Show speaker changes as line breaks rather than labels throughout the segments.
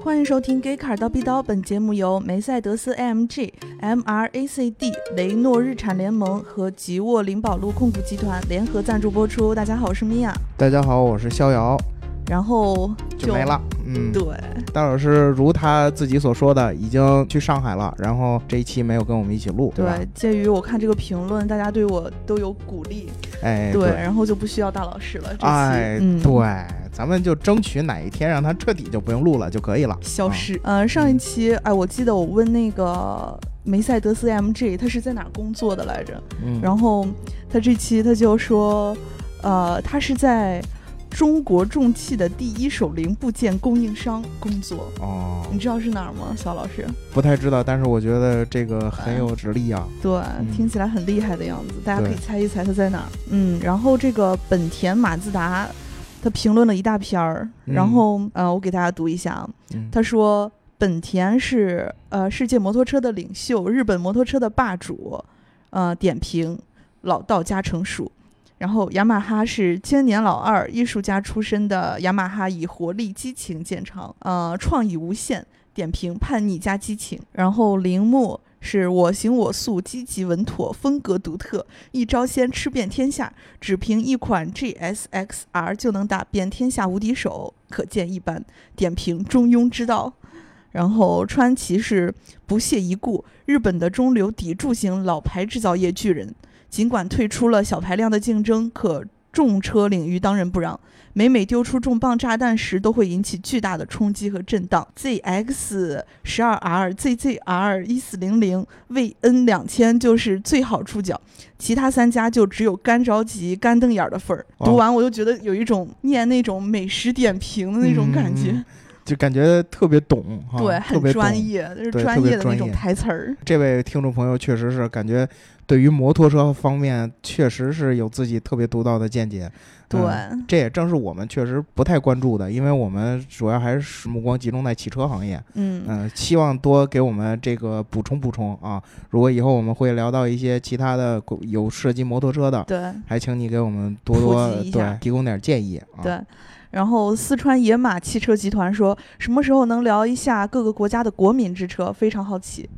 欢迎收听《g a y 卡尔刀逼刀》，本节目由梅赛德斯 AMG、MRACD、雷诺日产联盟和吉沃灵宝路控股集团联合赞助播出。大家好，我是米娅。
大家好，我是逍遥，
然后
就没了。嗯，
对，
但老师如他自己所说的，已经去上海了，然后这一期没有跟我们一起录，对吧？
对，鉴于我看这个评论，大家对我都有鼓励，
哎，
对，然后就不需要大老师了。这期、
哎，
嗯、
对，咱们就争取哪一天让他彻底就不用录了就可以了，
消失。
嗯
呃，上一期哎，我记得我问那个梅赛德斯 MG 他是在哪儿工作的来着，
嗯。嗯，
然后他这期他就说，呃，他是在中国重汽的第一手零部件供应商工作。
哦，
你知道是哪儿吗，肖老师？
不太知道，但是我觉得这个很有实力啊。
对，听起来很厉害的样子，大家可以
对
猜一猜它在哪儿。嗯，然后这个本田马自达，他评论了一大篇儿，
嗯
然后呃，我给大家读一下啊，
嗯，
他说本田是呃世界摩托车的领袖，日本摩托车的霸主，呃，点评老道家成熟。然后，雅马哈是千年老二，艺术家出身的雅马哈以活力、激情见长，呃，创意无限。点评叛逆加激情。然后，铃木是我行我素，积极稳妥，风格独特，一招鲜吃遍天下。只凭一款 GSXR 就能打遍天下无敌手，可见一斑。点评中庸之道。然后川崎是不屑一顾，日本的中流砥柱型老牌制造业巨人，尽管退出了小排量的竞争，可重车领域当仁不让。每每丢出重磅炸弹时，都会引起巨大的冲击和震荡。ZX 十二 R、ZZR 一四零零、VN 两千就是最好触角，其他三家就只有干着急、干瞪眼儿的份儿。
哦
读完我就觉得有一种念那种美食点评的那种感觉。
嗯就感觉特别懂哈，
对，
啊特
很
别
专
懂
业，就是
对
专
特别
业的那
专
种
业
台词儿。
这位听众朋友确实是感觉对于摩托车方面确实是有自己特别独到的见解。
对，
嗯这也正是我们确实不太关注的，因为我们主要还是目光集中在汽车行业。
嗯，
嗯、希望多给我们这个补充补充啊。如果以后我们会聊到一些其他的有涉及摩托车的，
对
还请你给我们多
普
多
及一下
对提供点建议啊。
对。然后，四川野马汽车集团说，什么时候能聊一下各个国家的国民之车？非常好奇。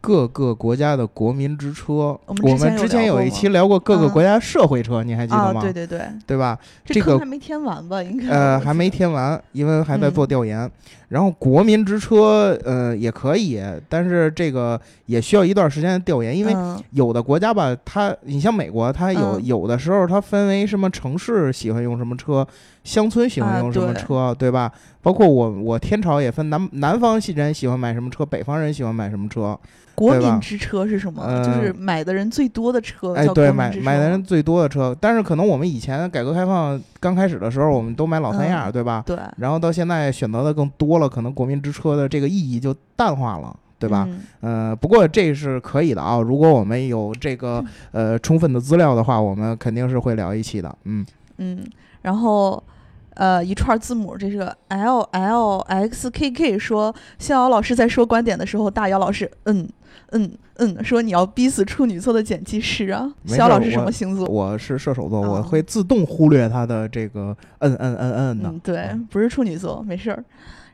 各个国家的国民之车，
我
我
们之前有
之
聊过
前有一
吗
期聊过各个
嗯
国家社会车，你还记
啊，
得吗？
对对对，
对吧？
这
这
坑
个
还没填完吧？应该
呃，
我记
还
得
没填完，因为还在做
嗯
调研。然后国民之车，呃，也可以，但是这个也需要一段时间的调研，因为
嗯
有的国家吧，它你像美国，它有、
嗯
有的时候它分为什么城市喜欢用什么车，乡村喜
啊
欢用什么
对
车，对吧？包括我我天朝也分南南方人喜欢买什么车，北方人喜欢买什么车。
国
对吧
民之车是什么？就是
呃
买的人最多的车
哎，
叫国
对，
民
买
之车
买的人
吗
最多的车，但是可能我们以前改革开放刚开始的时候，我们都买老三样，
嗯
对吧？
对
然后到现在选择的更多了，可能国民之车的这个意义就淡化了。对吧？？
嗯
呃，不过这是可以的啊。如果我们有这个
嗯
呃充分的资料的话，我们肯定是会聊一期的。嗯，
嗯，然后呃一串字母，这是 L L X K K 说，逍遥老师在说观点的时候，大姚老师嗯嗯嗯说你要逼死处女座的剪辑师啊，
没
逍遥
事
老
儿
师什
我
么星座？
我是射手座，
哦
我会自动忽略它的这个嗯嗯嗯嗯的
嗯，。对
嗯，
不是处女座，没事儿。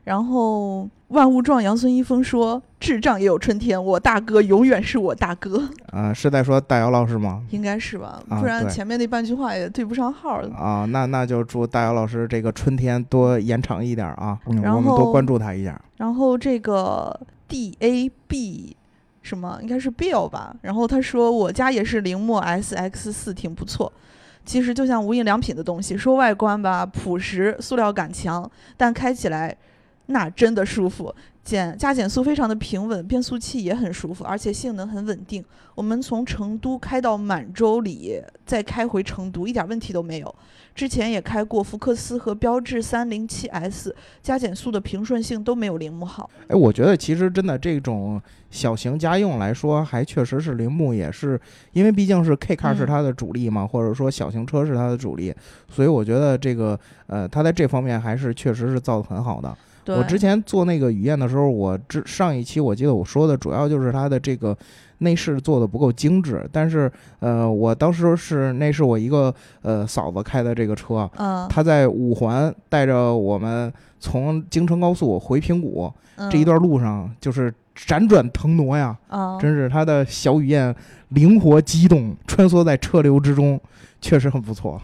然后万物壮阳孙一峰说，智障也有春天，我大哥永远是我大哥，
啊、是在说大姚老师吗？
应该是吧？
啊
不然
对
前面那半句话也对不上号儿。
啊、那那就祝大姚老师这个春天多延长一点啊，嗯
然
我们多
后
关注他一下。
然后这个 D A B 什么应该是 Bill 吧，然后他说我家也是铃木 S X 四，挺不错。其实就像无印良品的东西，说外观吧朴实，塑料感强，但开起来那真的舒服。减加减速非常的平稳，变速器也很舒服，而且性能很稳定。我们从成都开到满洲里，再开回成都，一点问题都没有。之前也开过福克斯和标致 307S，加减速的平顺性都没有铃木好。
哎，我觉得其实真的这种小型家用来说，还确实是铃木也是，因为毕竟是 K car
嗯
是它的主力嘛，或者说小型车是它的主力，所以我觉得这个呃，它在这方面还是确实是造的很好的。
对，
我之前做那个雨燕的时候，我之上一期我记得我说的主要就是它的这个内饰做的不够精致，但是呃，我当时是那是我一个呃嫂子开的这个车，
嗯，
她在五环带着我们从京承高速回平谷
嗯
这一段路上，就是辗转腾挪呀，
啊，
真是她的小雨燕灵活机动，穿梭在车流之中，确实很不错。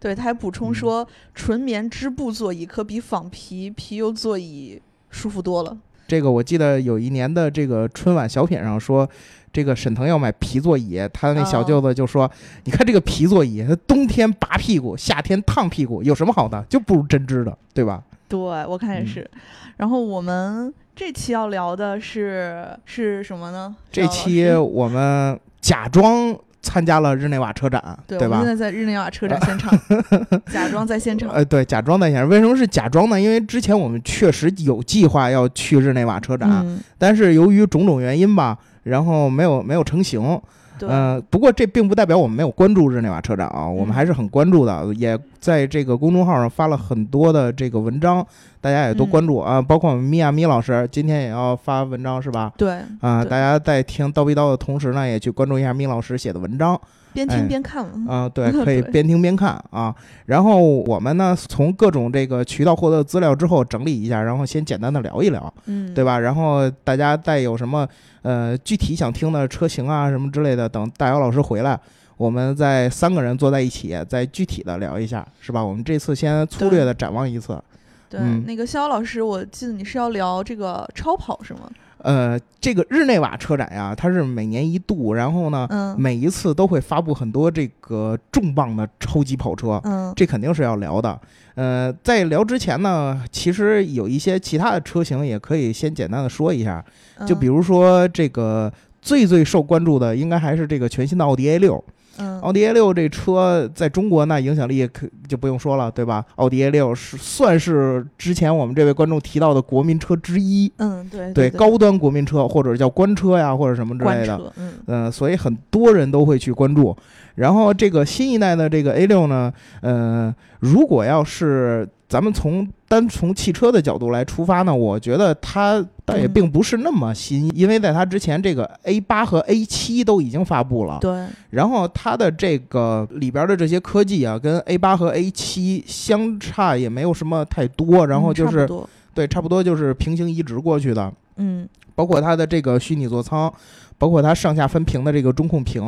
对，他还补充
嗯
说，纯棉织布座椅可比仿皮皮尤座椅舒服多了。
这个我记得有一年的这个春晚小品上说，这个沈腾要买皮座椅，他那小
哦
舅子就说：“你看这个皮座椅，它冬天拔屁股，夏天烫屁股，有什么好的？就不如针织的，对吧
对我看也
嗯
是。然后我们这期要聊的是是什么呢？？”
这
邵老
期
师
我们假装参加了日内瓦车展，
对，我
吧
们现？在在日内瓦车展现 场，假装在现场。
呃，对，假装在线。为什么是假装呢？因为之前我们确实有计划要去日内瓦车展，
嗯，
但是啊由于种种原因吧，然后没有没有成型。
对，
呃，不过这并不代表我们没有关注日内瓦车展啊，我
嗯
们还是很关注的，也在这个公众号上发了很多的这个文章，大家也
嗯
多关注啊，包括我们米亚米老师今天也要发文章是吧？
对，
啊、
对
大家在听叨逼叨的同时呢，也去关注一下米老师写的文章
边
哎
听边看嘛。
啊、对，可 以
对
边听边看啊。然后我们呢，从各种这个渠道获得资料之后整理一下，然后先简单的聊一聊，
嗯，
对吧？然后大家再有什么呃具体想听的车型啊什么之类的，等大姚老师回来，我们再三个人坐在一起，再具体的聊一下，是吧？我们这次先粗略的展望一次。
对，
嗯
那个逍遥老师，我记得你是要聊这个超跑是吗？
呃，这个日内瓦车展呀，它是每年一度，然后呢，
嗯
每一次都会发布很多这个重磅的超级跑车。
嗯，
这肯定是要聊的，呃，在聊之前呢，其实有一些其他的车型也可以先简单的说一下，就比
如
如说这个最最受关注的，应该还是这个全新的奥迪 A 六。
嗯
奥迪 A 六这车在中国那影响力可就不用说了，对吧？奥迪 A 六是算是之前我们这位观众提到的国民车之一，
嗯对
对
对
高端国民车或者叫官车呀，或者什么之
关
类的。
车嗯
呃，所以很多人都会去关注。然后这个新一代的这个 A 六呢，呃，如果要是咱们从单从汽车的角度来出发呢，我觉得它倒也
嗯
并不是那么新，因为在它之前，这个 A 八和 A 七都已经发布了。
对
然后它的这个里边的这些科技啊，跟 A 八和 A 七相差也没有什么太多，然后
嗯
就
差不
是、
多
对，差不多就是平行移植过去的。
嗯
包括它的这个虚拟座舱，包括它上下分屏的这个中控屏，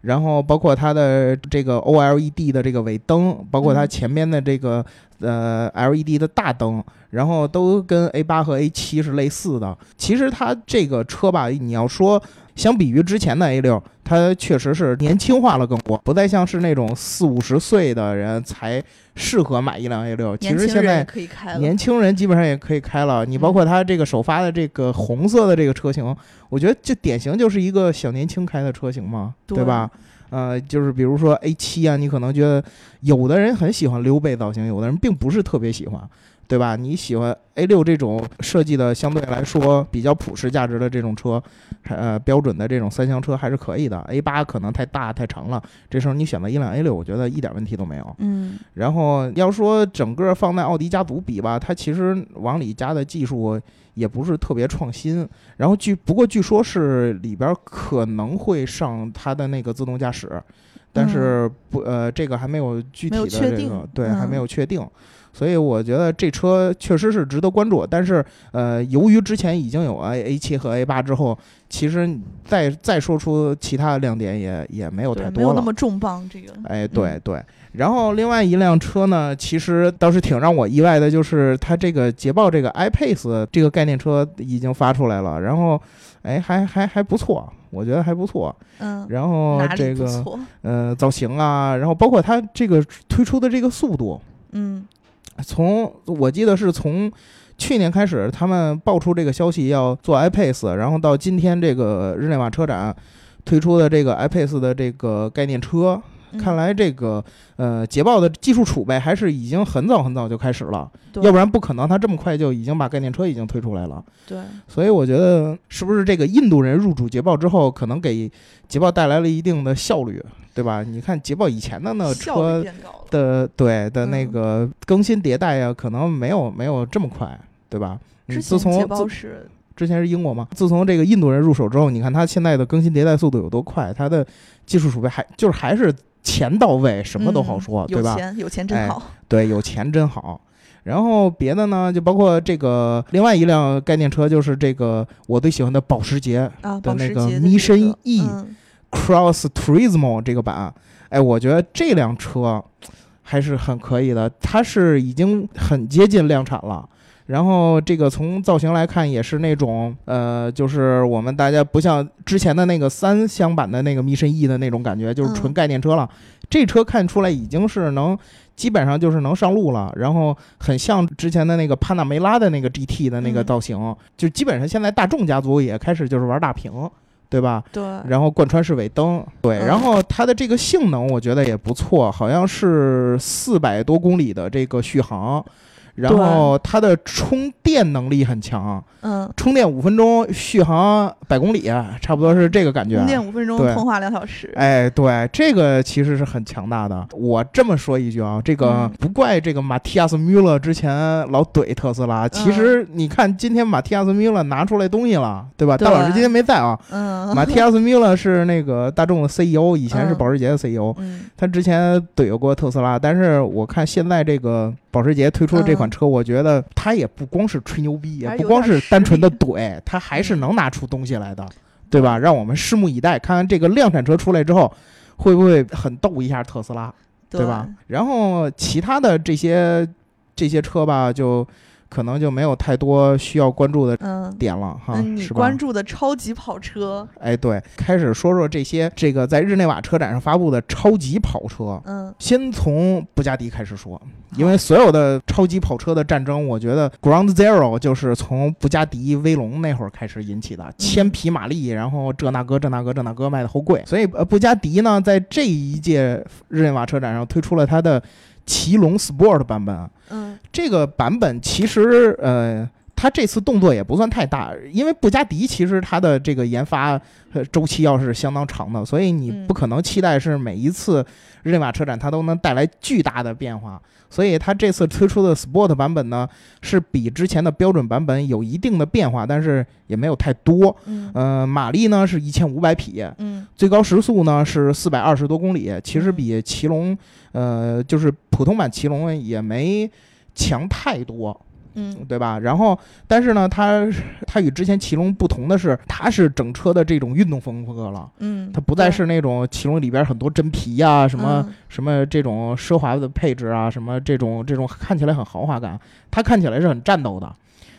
然后包括它的这个 OLED 的这个尾灯，包括它
嗯
前面的这个、呃 LED 的大灯，然后都跟 A 八和 A 七是类似的。其实它这个车吧，你要说相比于之前的 A 六，它确实是年轻化了更多，不再像是那种四五十岁的人才适合买一辆 A 六。其
年
实
轻
现
人也
在
可以开了嗯
年轻人基本上也可以开了。你包括它这个首发的这个红色的这个车型，我觉得这典型就是一个小年轻开的车型嘛，
对
对吧？呃，就是比如说 A 七啊，你可能觉得有的人很喜欢溜背造型，有的人并不是特别喜欢，对吧？你喜欢 A 六这种设计的相对来说比较普世价值的这种车，呃，标准的这种三厢车还是可以的。A 八可能太大太长了，这时候你选择一辆 A 六，我觉得一点问题都没有。
嗯
然后要说整个放在奥迪家族比吧，它其实往里加的技术也不是特别创新。然后据不过据说是里边可能会上它的那个自动驾驶，但是不呃这个还没有具体
嗯没有
的
确
这个
定
对还没
嗯
有确定。所以我觉得这车确实是值得关注，但是呃，由于之前已经有 A A 七和 A 八之后，其实你再再说出其他的亮点也也没有
对
太
没
多了，
有那么重磅这个
哎，对
嗯
对。然后另外一辆车呢，其实倒是挺让我意外的，就是它这个捷豹这个 iPace E 这个概念车已经发出来了，然后哎还还还不错，我觉得还不错。
嗯
然后
哪
这
里不
个
错
呃造型啊，然后包括它这个推出的这个速度，
嗯
从我记得是从去年开始，他们爆出这个消息要做 iPace，然后 E，到今天这个日内瓦车展推出的这个 iPace E 的这个概念车，
嗯
看来这个呃捷豹的技术储备还是已经很早很早就开始了，
对
要不然不可能它这么快就已经把概念车已经推出来了。
对
所以我觉得是不是这个印度人入主捷豹之后，可能给捷豹带来了一定的效率，对吧？你看捷豹以前的那
效率
车
变高了
的对的那
嗯
啊个更新迭代呀、可能没有没有这么快。对吧？嗯
之前
自从
捷
自
豹是
之前是英国嘛，自从这个印度人入手之后，你看它现在的更新迭代速度有多快，它的技术储备还就是还是钱到位，什么都好
嗯
说，对
有
吧？
钱有钱真
哎
好，
对，有钱真好。然后别的呢，就包括这个另外一辆概念车，就是这个我最喜欢的保时捷
啊，
的
保
那
时
个
捷的
迷
这
神
个
E
嗯
Cross Turismo 这个版。哎，我觉得这辆车还是很可以的，它是已经很接近量产了。然后这个从造型来看，也是那种呃，就是我们大家不像之前的那个三厢版的那个迷神 E 的那种感觉，就是
嗯
纯概念车了。这车看出来已经是能基本上就是能上路了，然后很像之前的那个帕纳梅拉的那个 GT 的那个
嗯
造型，就基本上现在大众家族也开始就是玩大屏，对吧？
对，
然后贯穿式尾灯，对，
嗯
然后它的这个性能我觉得也不错，好像是四百多公里的这个续航，然后它的充电能力很强，
嗯，
充电五分钟，续航百公里，差不多是这个感觉。
充电五分钟，
对
通话两小时，
哎，对，这个其实是很强大的。我这么说一句啊，这个
嗯
不怪这个马蒂亚斯·米勒之前老怼特斯拉。其实你看，今天马蒂亚斯·米勒拿出来东西了，对吧？
嗯对
大老师今天没在啊，
嗯，
马蒂亚斯·米勒是那个大众的 CEO，以前是
嗯
保时捷的 CEO，、
嗯，
他之前怼过特斯拉，但是我看现在这个保时捷推出的这款车，我觉得他也不光是吹牛逼，也
嗯还是
不
有
光
点
是
实
单纯的
力嗯
怼，他还是能拿出东西来的，对吧？让我们拭目以待，看看这个量产车出来之后，会不会很逗一下特斯拉，对吧？然后其他的这些这些车吧，就可能就没有太多需要关注的
嗯，
点了哈，
那你
是吧？
关注的超级跑车，
哎，对，开始说说这些这个在日内瓦车展上发布的超级跑车。
嗯
先从布加迪开始说，因为所有的超级跑车的战争，我觉得 Ground Zero 就是从布加迪威龙那会儿开始引起的，千匹马力，然后这那个这那个这那个卖的齁贵，所以呃布加迪呢在这一届日内瓦车展上推出了它的骑龙 Sport 版本，啊
嗯
这个版本其实呃，它这次动作也不算太大，因为布加迪其实它的这个研发呃周期要是相当长的，所以你
嗯
不可能期待是每一次日内瓦车展它都能带来巨大的变化。所以它这次推出的 Sport 版本呢，是比之前的标准版本有一定的变化，但是也没有太多。
嗯
呃，马力呢是一千五百匹，
嗯
最高时速呢是四百二十多公里，其实比骑龙，呃，就是普通版骑龙也没强太多，
嗯
对吧？然后，但是呢，它它与之前骑龙不同的是，它是整车的这种运动风格了，
嗯，
它不再
对
是那种骑龙里边很多真皮呀、什么、
嗯
什么这种奢华的配置啊，什么这种这种看起来很豪华感，它看起来是很战斗的。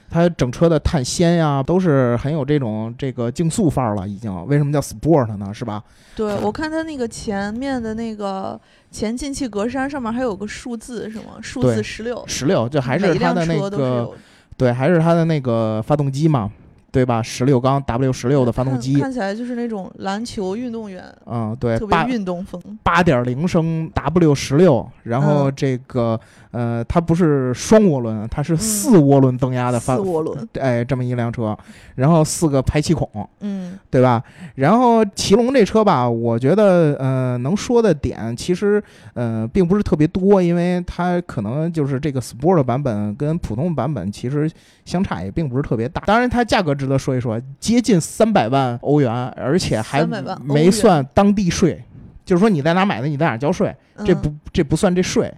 它整车的碳纤呀、都是很有这种这个竞速范儿了，已经。为什么叫 sport 呢？是吧？
对我看它那个前面的那个前进气格栅上面还有个数字是吗？数
对
字十六，
十六，就还
每
是
一
它
辆
的那
车都是
个
有
对，还是它的那个发动机嘛，对吧？十六缸 W 十六的发动
看
机，
看起来就是那种篮球运动员，
嗯，对，
特别
八
运动风，
八点零升 W 十六，然后
嗯
这个、呃，它不是双涡轮，它是
嗯
四涡轮增压的发，
四涡轮，
哎，这么一辆车，然后四个排气孔，
嗯
对吧？然后骑龙这车吧，我觉得呃能说的点其实呃并不是特别多，因为它可能就是这个 Sport 版本跟普通版本其实相差也并不是特别大。当然，它价格值得说一说，接近三百万欧元，而且还
300万欧
没
元
算当地税，就是说你在哪买的，你在哪交税，
嗯，
这不这不算这税，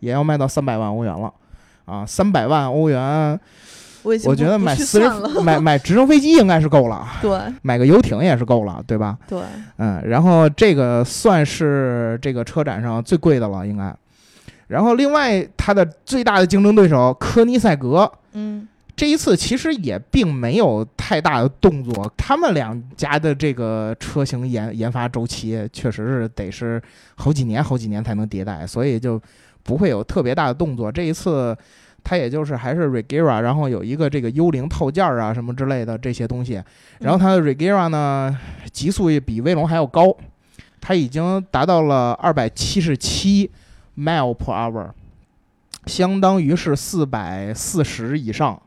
也要卖到三百万欧元了。啊，三百万欧元，
我已经
我觉
不
得
不
买
去
私人
算了，
买买直升飞机应该是够了，
对
买个游艇也是够了，对吧？
对，
嗯，然后这个算是这个车展上最贵的了，应该。然后另外它的最大的竞争对手科尼塞格，
嗯
这一次其实也并没有太大的动作，他们两家的这个车型研研发周期确实是得是好几年好几年才能迭代，所以就不会有特别大的动作。这一次。它也就是还是 Regera，然后有一个这个幽灵套件儿啊什么之类的这些东西， 然后它的 Regera 呢，极速也比威龙还要高，它已经达到了二百七十七 mile per hour，相当于是四百四十以上。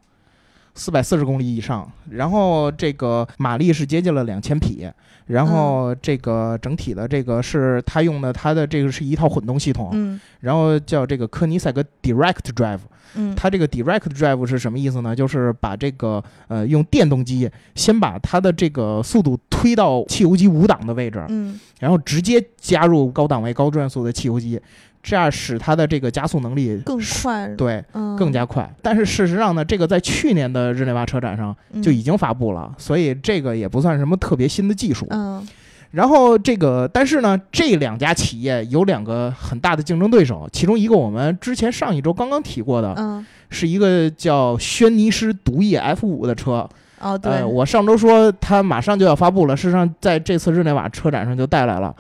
四百四十公里以上，然后这个马力是接近了两千匹，然后这个整体的这个是它用的它的这个是一套混动系统，
嗯
然后叫这个科尼赛格 Direct Drive，
嗯，
它这个 Direct Drive 是什么意思呢？就是把这个呃用电动机先把它的这个速度推到汽油机五档的位置，
嗯
然后直接加入高档位高转速的汽油机，这样使它的这个加速能力
更快，
对
嗯，
更加快。但是事实上呢，这个在去年的日内瓦车展上就已
嗯
经发布了，所以这个也不算什么特别新的技术。
嗯
然后这个，但是呢，这两家企业有两个很大的竞争对手，其中一个我们之前上一周刚刚提过的，
嗯
是一个叫轩尼诗毒液 F 五的车。
哦对
呃，，我上周说它马上就要发布了，事实上在这次日内瓦车展上就带来了。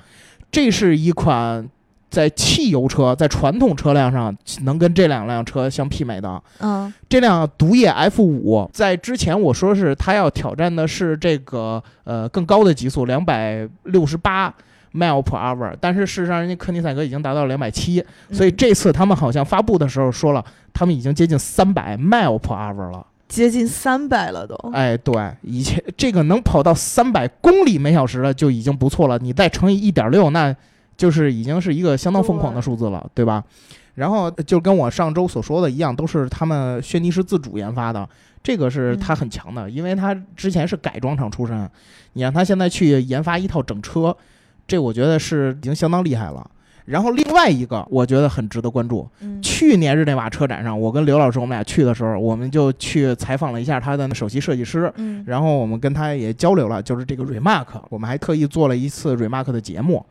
这是一款在汽油车、在传统车辆上能跟这两辆车相媲美的。
嗯
这辆毒液 F 五，在之前我说是它要挑战的是这个呃更高的极速，两百六十八 mile per hour，但是事实上人家科尼赛格已经达到两百七，所以
嗯
这次他们好像发布的时候说了，他们已经接近三百 mile per hour 了。
接近三百了都，
哎，对，以前这个能跑到三百公里每小时的就已经不错了，你再乘以一点六，那就是已经是一个相当疯狂的数字了，对吧？然后就跟我上周所说的一样，都是他们轩尼诗自主研发的，这个是他很强的，因为他之前是改装厂出身，你让他现在去研发一套整车，这我觉得是已经相当厉害了。然后另外一个，我觉得很值得关注，
嗯
去年日内瓦车展上，我跟刘老师我们俩去的时候，我们就去采访了一下他的首席设计师，
嗯
然后我们跟他也交流了，就是这个 Remark，我们还特意做了一次 Remark 的节目。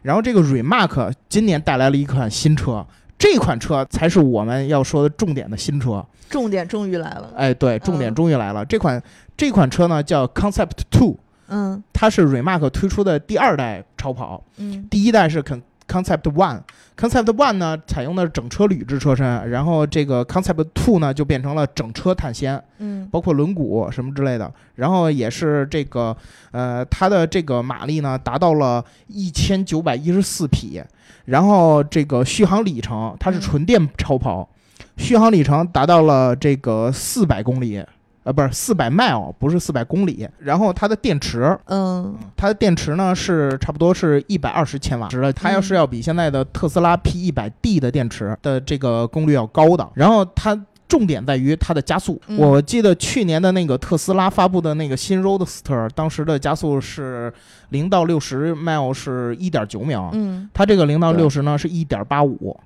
然后这个 Remark 今年带来了一款新车，这款车才是我们要说的重点的新车。
重点终于来了，
哎，对，重点终于来了，这款这款车呢叫 Concept Two，
嗯
它是 Remark 推出的第二代超跑。
嗯
第一代是 Con Concept One，Concept One 呢采用的是整车铝制车身，然后这个 Concept Two 呢就变成了整车碳纤，
嗯
包括轮毂什么之类的。然后也是这个呃，它的这个马力呢达到了一千九百一十四匹，然后这个续航里程它是
嗯
纯电超跑，续航里程达到了这个四百公里。呃，不是四百 mile，不是四百公里。然后它的电池，
嗯
它的电池呢是差不多是一百二十千瓦时的，它要
嗯
是要比现在的特斯拉 P 一百 D 的电池的这个功率要高的。然后它重点在于它的加速，
嗯
我记得去年的那个特斯拉发布的那个新 Roadster，当时的加速是零到六十 mile 是一点九秒。
嗯，
它这个零到六十呢是一点八五，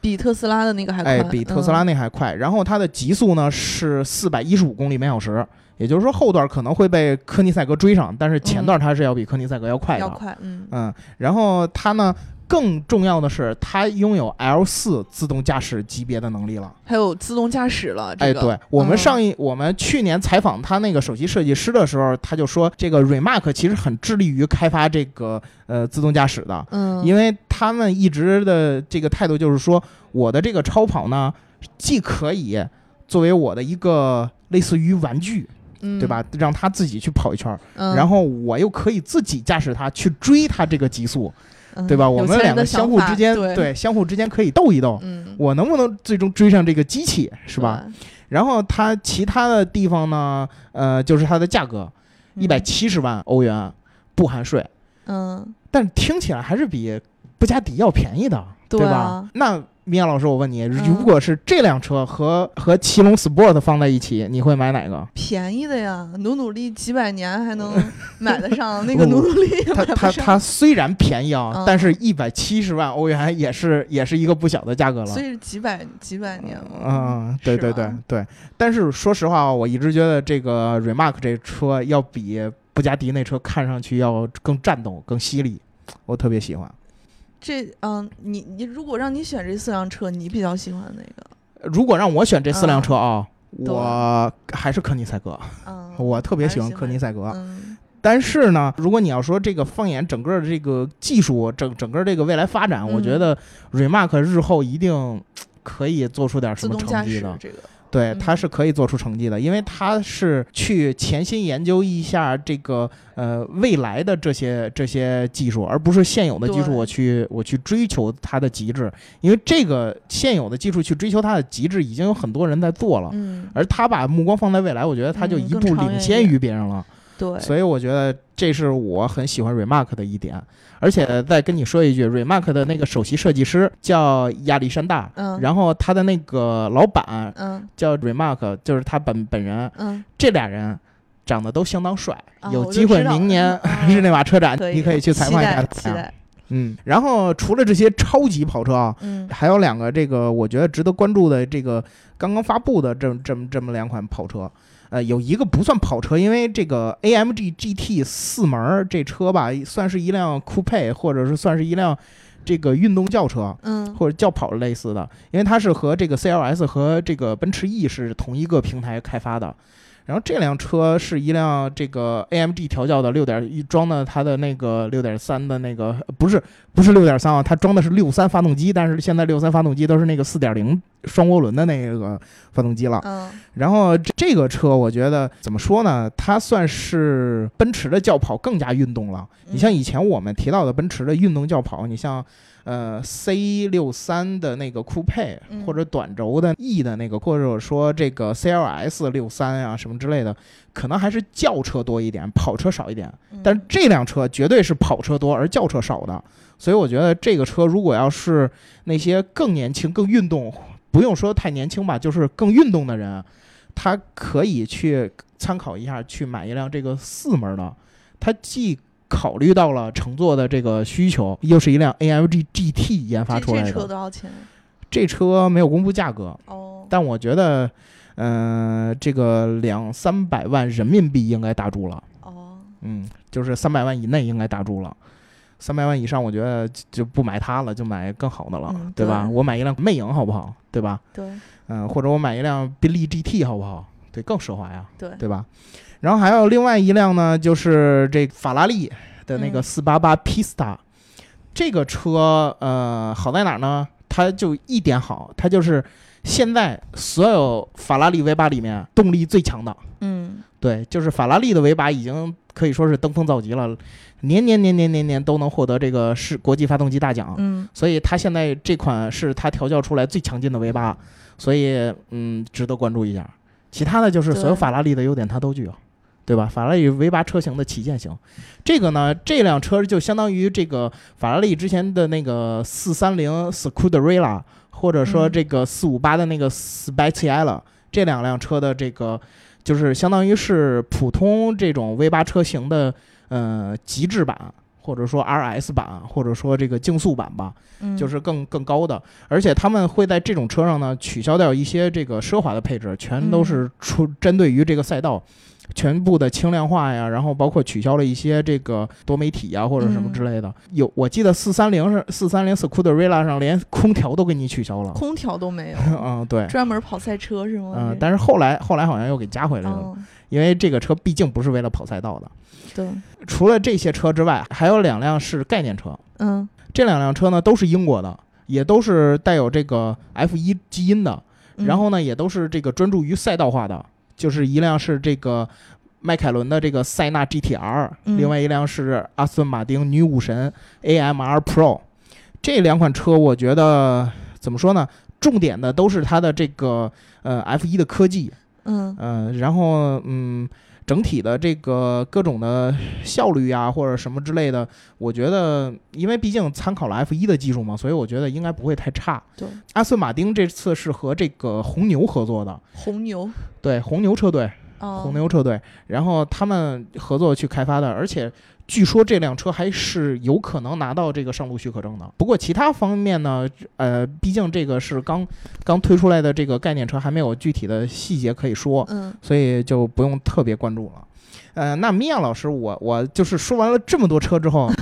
比特斯拉的那个还快，
哎，比特斯拉
嗯
那还快。然后它的极速呢是四百一十五公里每小时，也就是说后段可能会被科尼赛格追上，但是前段它是要比科尼赛格要快
嗯
的。
要快，嗯
嗯，然后它呢，更重要的是，它拥有 L 四自动驾驶级别的能力了。
还有自动驾驶了，这
哎，
个
对，我们
嗯
上一、我们去年采访他那个首席设计师的时候，他就说，这个 Remark 其实很致力于开发这个呃自动驾驶的，
嗯，
因为他们一直的这个态度就是说，我的这个超跑呢，既可以作为我的一个类似于玩具，
嗯
对？吧？让它自己去跑一圈儿，
嗯
然后我又可以自己驾驶它去追它这个极速。对吧？
嗯
我
有
们
钱
两
人的
个相
想
互
法
之间，
对，
相互之间可以斗一斗，
嗯，
我能不能最终追上这个机器，是吧？
对？
然后它其他的地方呢，呃，就是它的价格，一百七十万欧元，不含税，
嗯，
但听起来还是比布加迪要便宜的，对
对
吧
啊？
那米娅老师，我问你，
嗯
如果是这辆车和和奇龙 Sport 放在一起，你会买哪个？
便宜的呀，努努力几百年还 能买得上，那个努努力也
它
买不
它
上
它虽然便宜啊
嗯，
但是一百七十万欧元也是也是一个不小的价格了。
所以是几百几百年嘛，
嗯，对
是
对对
吧
对，但是说实话，啊我一直觉得这个 Remark 这车要比布加迪那车看上去要更战斗、更犀利，我特别喜欢。
这嗯，你你如果让你选这四辆车，你比较喜欢哪个？
如果让我选这四
嗯
辆车啊，
对
我还是科尼赛格，
嗯，
我特别喜欢
还是
科尼赛格。
嗯
但是呢，如果你要说这个放眼整个这个技术，整整个这个未来发展，我觉
嗯
得 Remark 日后一定。可以做出点什
自
么
动驾
成绩
驶
的，
这个，
对
嗯，
它是可以做出成绩的，因为它是去潜心研究一下这个呃未来的这些这些技术，而不是现有的技术
对
我去我去追求它的极致，因为这个现有的技术去追求它的极致，已经有很多人在做了。
嗯，
而他把目光放在未来，我觉得他就
嗯
一
更长
步
远
领
一
先
点
于别人了。
对，
所以我觉得这是我很喜欢 Remark 的一点。而且再跟你说一句，Remark 的那个首席设计师叫亚历山大，
嗯
然后他的那个老板
嗯
叫 Remark，就是他本本人。
嗯，
这俩人长得都相当帅，
啊
有
我就
机会
知道
明年
嗯
日内瓦车展，
可以，
你可以去采
期
访一
待
下
期
他呀。
待，
嗯，然后除了这些超级跑车啊，
嗯
还有两个这个我觉得值得关注的这个刚刚发布的这么这么这么两款跑车，呃，有一个不算跑车，因为这个 AMG GT 四门儿这车吧，算是一辆 coupe 或者是算是一辆这个运动轿车。啊
嗯
或者轿跑类似的，因为它是和这个 CLS 和这个奔驰 E 是同一个平台开发的。然后这辆车是一辆这个 AMG 调教的六点一装的它的那个六点三的那个呃不是不是六点三啊，它装的是六三发动机，但是现在六三发动机都是那个四点零双涡轮的那个发动机了。
嗯
然后这这个车，我觉得怎么说呢？它算是奔驰的轿跑更加运动了。
嗯
你像以前我们提到的奔驰的运动轿跑，你像呃 C 六三的那个酷配
嗯，
或者短轴的 E 的那个，或者说这个 CLS 六三啊什么之类的，可能还是轿车多一点，跑车少一点。
嗯，
但是这辆车绝对是跑车多而轿车少的，所以我觉得这个车如果要是那些更年轻、更运动，不用说太年轻吧，就是更运动的人，他可以去参考一下，去买一辆这个四门的，它既考虑到了乘坐的这个需求，又是一辆 AMG GT 研发
这
出来
这
的。
车多少钱？
这车没有公布价格，
哦，
但我觉得，嗯，这个两三百万人民币应该打住了。
哦，
嗯，就是三百万以内应该打住了，三百万以上我觉得就就不买它了，就买更好的了，
嗯
对吧？
对
我买一辆魅影好不好？对吧？
对
嗯、或者我买一辆宾利 GT 好不好？对，更奢华呀，
对
对吧？然后还有另外一辆呢，就是这法拉利的那个
嗯
四八八 Pista，、这个车呃好在哪儿呢？它就一点好，它就是现在所有法拉利 V 八里面动力最强的。
嗯
对，就是法拉利的维巴已经可以说是登峰造极了，年年年年年年都能获得这个是国际发动机大奖，
嗯
所以它现在这款是它调教出来最强劲的维巴，所以嗯，值得关注一下。其他的就是所有
对
法拉利的优点它都具有，对吧？法拉利维巴车型的旗舰型，这个呢，这辆车就相当于这个法拉利之前的那个四三零 Scuderia，或者说
嗯
这个四五八的那个 Speciale，、这两辆车的这个就是相当于是普通这种 V 八车型的呃极致版，或者说 RS 版，或者说这个竞速版吧，
嗯，
就是更更高的。而且他们会在这种车上呢取消掉一些这个奢华的配置，全都
嗯
是出针对于这个赛道。全部的轻量化呀，然后包括取消了一些这个多媒体呀或者什么
嗯
之类的。有我记得四三零是四三零 Scuderia 上连空调都给你取消了。，
空调都没有
嗯，对，
专门跑赛车是吗？
嗯、
这
但是后来后来好像又给加回来了，
哦，
因为这个车毕竟不是为了跑赛道的。
对，
除了这些车之外，还有两辆是概念车，
嗯
这两辆车呢都是英国的，也都是带有这个 F1 基因的，
嗯
然后呢也都是这个专注于赛道化的，就是一辆是这个。迈凯伦的这个塞纳 GTR，、
嗯
另外一辆是阿斯顿马丁女武神 AMR Pro，这两款车我觉得怎么说呢？重点的都是它的这个呃 F1 的科技，
嗯
嗯，然后嗯，整体的这个各种的效率啊，或者什么之类的，我觉得，因为毕竟参考了 F 1的技术嘛，所以我觉得应该不会太差。
对，
阿斯顿马丁这次是和这个红牛合作的，
红牛
对，红牛车队，
哦，
红牛车队，然后他们合作去开发的，而且据说这辆车还是有可能拿到这个上路许可证的。不过其他方面呢，呃，毕竟这个是刚刚推出来的这个概念车，还没有具体的细节可以说。
嗯
所以就不用特别关注了。呃，那米娅老师，我我就是说完了这么多车 之后，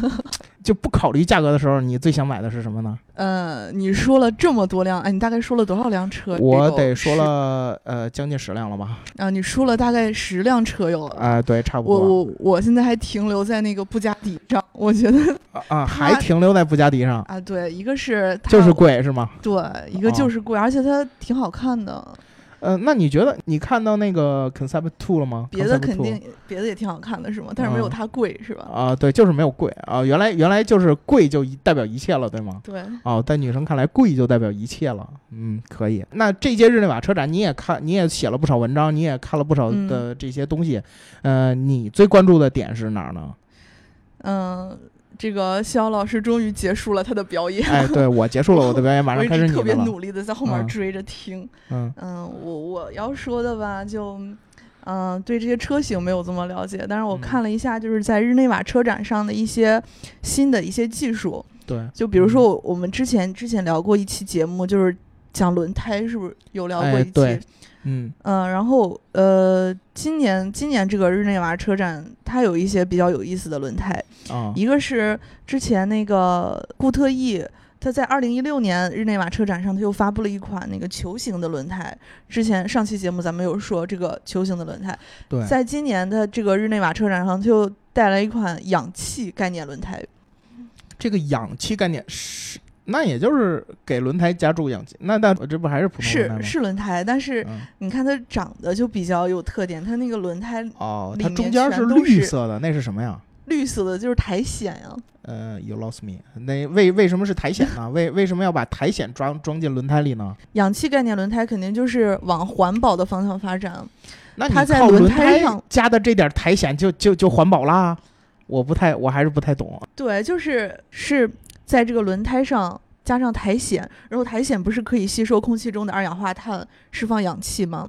就不考虑价格的时候，你最想买的是什么呢？
呃，你说了这么多辆，哎，你大概说了多少辆车？
我
这个
得说
是
了，呃，将近十辆了吧？
啊，你说了大概十辆车有了。
啊、对，差不
我
多
我我现在还停留在那个布加迪上，我觉得
啊、啊还停留在布加迪上，
啊，对，一个是它
就是贵是吗？
对，一个
哦
就是贵，而且它挺好看的，
呃，那你觉得你看到那个 Concept Two 了吗？
别的
Concept
肯
Two
定别的也挺好看的是吗？但是没有
嗯
它贵是吧？
啊、对，就是没有贵啊、原来原来就是贵就一代表一切了，对吗？
对，
哦，在女生看来，贵就代表一切了。嗯，可以。那这届日内瓦车展，你也看，你也写了不少文章，你也看了不少
嗯
的这些东西。呃，你最关注的点是哪儿呢？
嗯，这个肖老师终于结束了他的表演，
哎，对我结束了我的表演，马
我
上
一
开始
直
你
特别
的了。
努力的在后面
嗯
追着听。
嗯
嗯，我我要说的吧，就嗯、对这些车型没有这么了解，但是我
嗯
看了一下，就是在日内瓦车展上的一些新的一些技术，
对，
就比如
嗯
说我我们之前之前聊过一期节目，就是讲轮胎，是不是有聊过
哎
一期？
对嗯
嗯、然后呃，今年今年这个日内瓦车展，它有一些比较有意思的轮胎，
啊
一个是之前那个固特异，他在二零一六年日内瓦车展上，他又发布了一款那个球形的轮胎。之前上期节目咱们有说这个球形的轮胎，
对
在今年的这个日内瓦车展上，他又带来一款氧气概念轮胎。
这个氧气概念是，那也就是给轮胎加注氧气。那那这不还是普通轮胎
是
吗？
是轮胎，但是
嗯
你看它长得就比较有特点，它那个轮胎
哦，
里
它
面
中间
全
是
都
绿
是
色的，那是什么呀？
绿色的就是苔藓啊呀、
呃，You lost me。那为为什么是苔藓呢？为为什么要把苔藓装装进轮胎里呢？
氧气概念轮胎肯定就是往环保的方向发展，啊
那
它
你
在
靠
轮
轮
胎上
加的这点苔藓就就就环保啦？我不太，我还是不太懂。
对，就是是在这个轮胎上加上苔藓，然后苔藓不是可以吸收空气中的二氧化碳，释放氧气吗？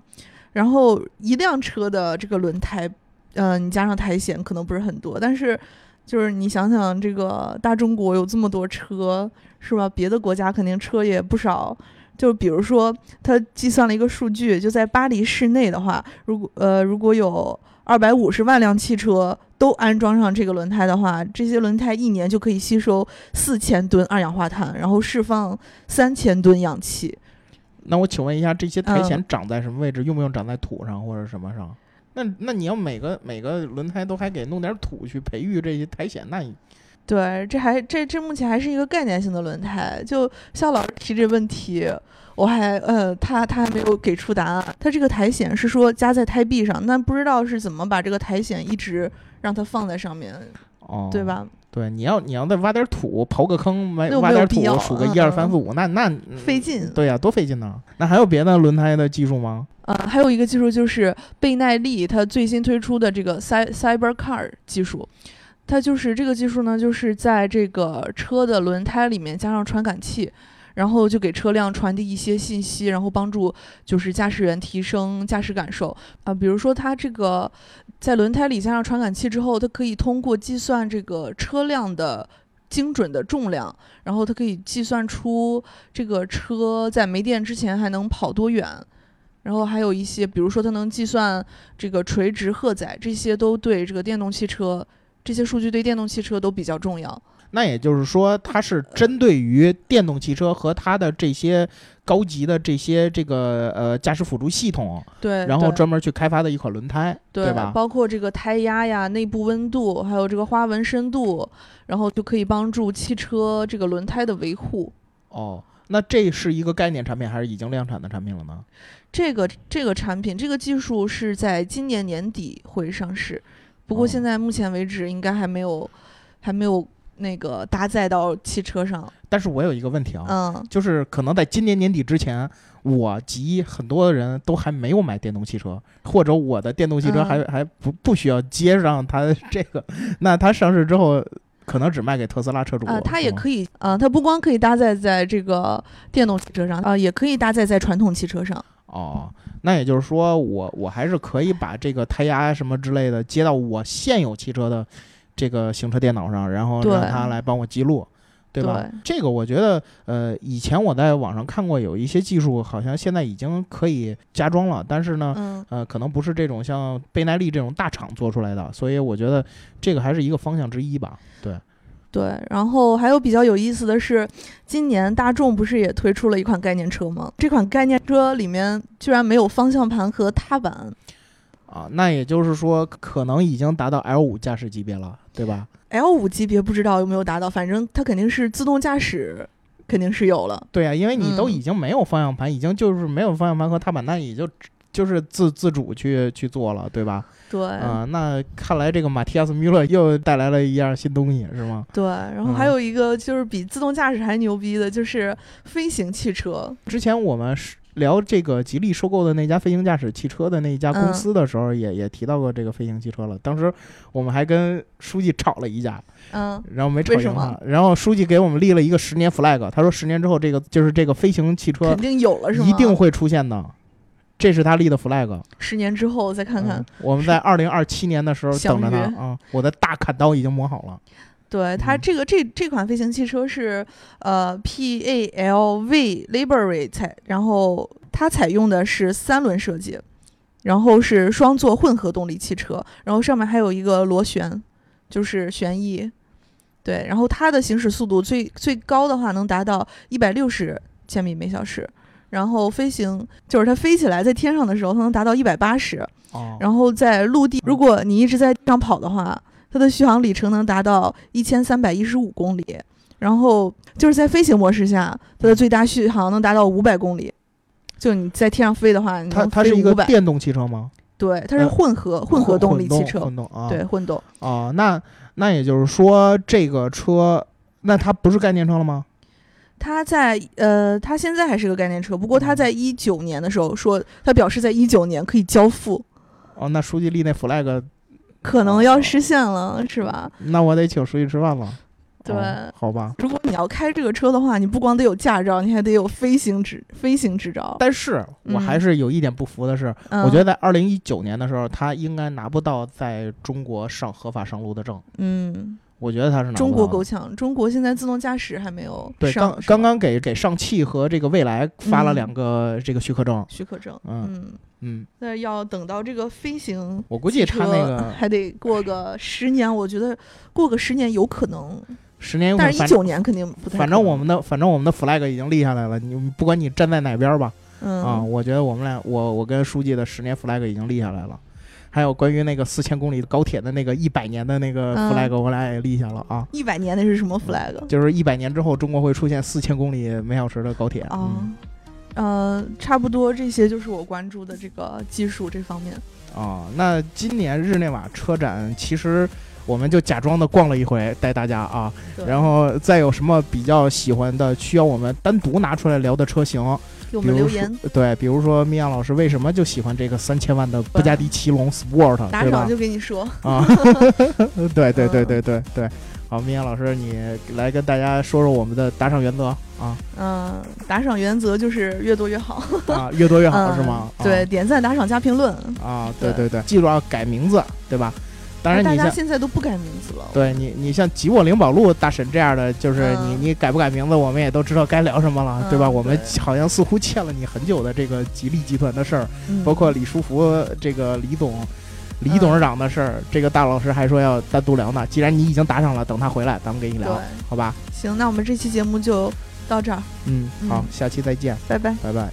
然后一辆车的这个轮胎，嗯、你加上苔藓可能不是很多，但是就是你想想，这个大中国有这么多车，是吧？别的国家肯定车也不少。就比如说，它计算了一个数据，就在巴黎市内的话，如果呃如果有二百五十万辆汽车都安装上这个轮胎的话，这些轮胎一年就可以吸收四千吨二氧化碳，然后释放三千吨氧气。
那我请问一下，这些苔
嗯
藓长在什么位置？用不用长在土上或者什么上？那那你要每个每个轮胎都还给弄点土去培育这些苔藓，那你
对，这还这这目前还是一个概念性的轮胎。就肖老师提这问题，我还呃，他他还没有给出答案。他这个苔藓是说加在胎壁上，但不知道是怎么把这个苔藓一直让它放在上面，
哦，
对？吧？
对，你要你要再挖点土，刨个坑，埋
那我
挖
没有
点
必要
土，数个
嗯
一二
嗯
三四五，那那嗯
费劲
对呀、多费劲呢。那还有别的轮胎的技术吗？
呃，还有一个技术就是倍耐力，它最新推出的这个 Cy Cyber Car 技术，它就是这个技术呢，就是在这个车的轮胎里面加上传感器，然后就给车辆传递一些信息，然后帮助就是驾驶员提升驾驶感受啊、比如说，它这个在轮胎里加上传感器之后，它可以通过计算这个车辆的精准的重量，然后它可以计算出这个车在没电之前还能跑多远。然后还有一些，比如说它能计算这个垂直荷载，这些都对这个电动汽车，这些数据对电动汽车都比较重要。
那也就是说，它是针对于电动汽车和它的这些高级的这些这个呃驾驶辅助系统，
对，
然后
呃对
专门去开发的一款轮胎，
对
吧？
包括这个胎压呀、内部温度，还有这个花纹深度，然后就可以帮助汽车这个轮胎的维护。
哦，那这是一个概念产品，还是已经量产的产品了呢？
这个这个产品，这个技术是在今年年底会上市，不过
哦
现在目前为止应该还没有，还没有那个搭载到汽车上。
但是我有一个问题啊，
嗯，
就是可能在今年年底之前，我及很多人都还没有买电动汽车，或者我的电动
嗯
汽车还、还不不需要接上它这个，那它上市之后。可能只卖给特斯拉车主
啊、它也
以
可以啊、它不光可以搭载在这个电动汽车上，啊、也可以搭载在传统汽车上。
哦，那也就是说我我还是可以把这个胎压什么之类的接到我现有汽车的这个行车电脑上，然后
对
让它来帮我记录，对吧？
对
这个我觉得，呃，以前我在网上看过有一些技术，好像现在已经可以加装了，但是呢，
嗯，
呃，可能不是这种像倍耐力这种大厂做出来的，所以我觉得这个还是一个方向之一吧。对，
对，然后还有比较有意思的是，今年大众不是也推出了一款概念车吗？这款概念车里面居然没有方向盘和踏板。
啊，那也就是说，可能已经达到 L 五驾驶级别了，对吧？
L 五级别不知道有没有达到，反正它肯定是自动驾驶肯定是有了。
对呀、啊因为你都
嗯
已经没有方向盘，已经就是没有方向盘和踏板，那也就就是自自主去去做了，对吧？
对、
啊、那看来这个马蒂亚斯米勒又带来了一样新东西，是吗？
对，然
嗯
后还有一个就是比自动驾驶还牛逼的，就是飞行汽车。
之前我们是聊这个吉利收购的那家飞行驾驶汽车的那一家
嗯
公司的时候也，也提到过这个飞行汽车了。当时我们还跟书记吵了一架，
嗯，
然后没吵
为什
赢
么
他。然后书记给我们立了一个十年 flag，他说十年之后这个就是这个飞行汽车
肯定有了是吗？
一定会出现的，这是他立的 flag。
十年之后再看看。
嗯我们在二零二七年的时候
相
等着他
约
啊、我的大砍刀已经磨好了。
对它
嗯
这个这这款飞行汽车是呃 P A L V Livery 采，然后它采用的是三轮设计，然后是双座混合动力汽车，然后上面还有一个螺旋，就是旋翼。对，然后它的行驶速度最最高的话能达到一百六十千米每小时，然后飞行就是它飞起来在天上的时候，它能达到一百八十，
哦，
然后在陆地，如果你一直在地上跑的话，它的续航里程能达到一千三百一十五公里。然后就是在飞行模式下，它的最大续航能达到五百公里。就你在天上飞的话，你
它
能
它
飞
是一
五
个
百。
电动汽车吗？
对，它是
呃
混合、混合动力汽车，
混动啊。
对混动。
哦，那那也就是说，这个车，那它不是概念车了吗？
它在呃，它现在还是个概念车，不过它在一九年的时候说，它表示在一九年可以交付，
哦，那书记立那 flag，
可
哦
能要实现了，是吧？
那我得请书记吃饭了。
对
哦好吧。
如果你要开这个车的话，你不光得有驾照，你还得有飞行执飞行执照。
但是我还是有一点不服的是，
嗯、
我觉得，在二零一九年的时候，他应该拿不到在中国上合法上路的证。
嗯，
我觉得他是拿不到的
中国够呛，中国现在自动驾驶还没有
啊对，
上
刚
是吧
刚刚给给上汽和这个蔚来发了
嗯
两个这个许可证。
许可证，
嗯
嗯，
嗯，
那要等到这个飞行
我估计
车嗯
他那个
还得过个十年，我觉得过个十年有可能，
十年有可
但是一
能，嗯反正
九年肯定不太可能。
反正我们的反正我们的 flag 已经立下来了，你不管你站在哪边儿吧，
嗯
啊，我觉得我们俩，我我跟书记的十年 flag 已经立下来了，还有关于那个四千公里高铁的那个一百年的那个
嗯
flag，、我俩也立下了啊。
一百年那是什么 flag？
就是一百年之后，中国会出现四千公里每小时的高铁。
啊
嗯、，
呃，差不多这些就是我关注的这个技术这方面。
啊，那今年日内瓦车展，其实我们就假装的逛了一回，带大家啊。
对
然后再有什么比较喜欢的，需要我们单独拿出来聊的车型，
给我
比
们留
如说
言
对，比如说米娅老师为什么就喜欢这个三千万的布加迪奇龙 Sport，
打
对吧
赏？就给你说。
啊， 对对对对对对，好，明阳老师，你来跟大家说说我们的打赏原则啊
嗯，打赏原则就是越多越 好，
啊，越多越
越
好是吗？啊
对，点赞、打赏加评论。
啊，对对
对
对，记住要改名字，对吧？当然
哎大
你
家
像
现在都不改名字了。
对你你像吉沃灵宝路大神这样的，就是你
嗯
你改不改名字，我们也都知道该聊什么了，对吧？
嗯
我们
对
好像似乎欠了你很久的这个吉利集团的事儿，
嗯，
包括李书福这个李董。李董事长的事儿，这个大老师还说要单独聊呢。既然你已经打赏了，等他回来，咱们给你
对
聊，，好吧？
行，那我们这期节目就到这儿，
嗯，
嗯，
好下期再见，
拜拜。
拜拜。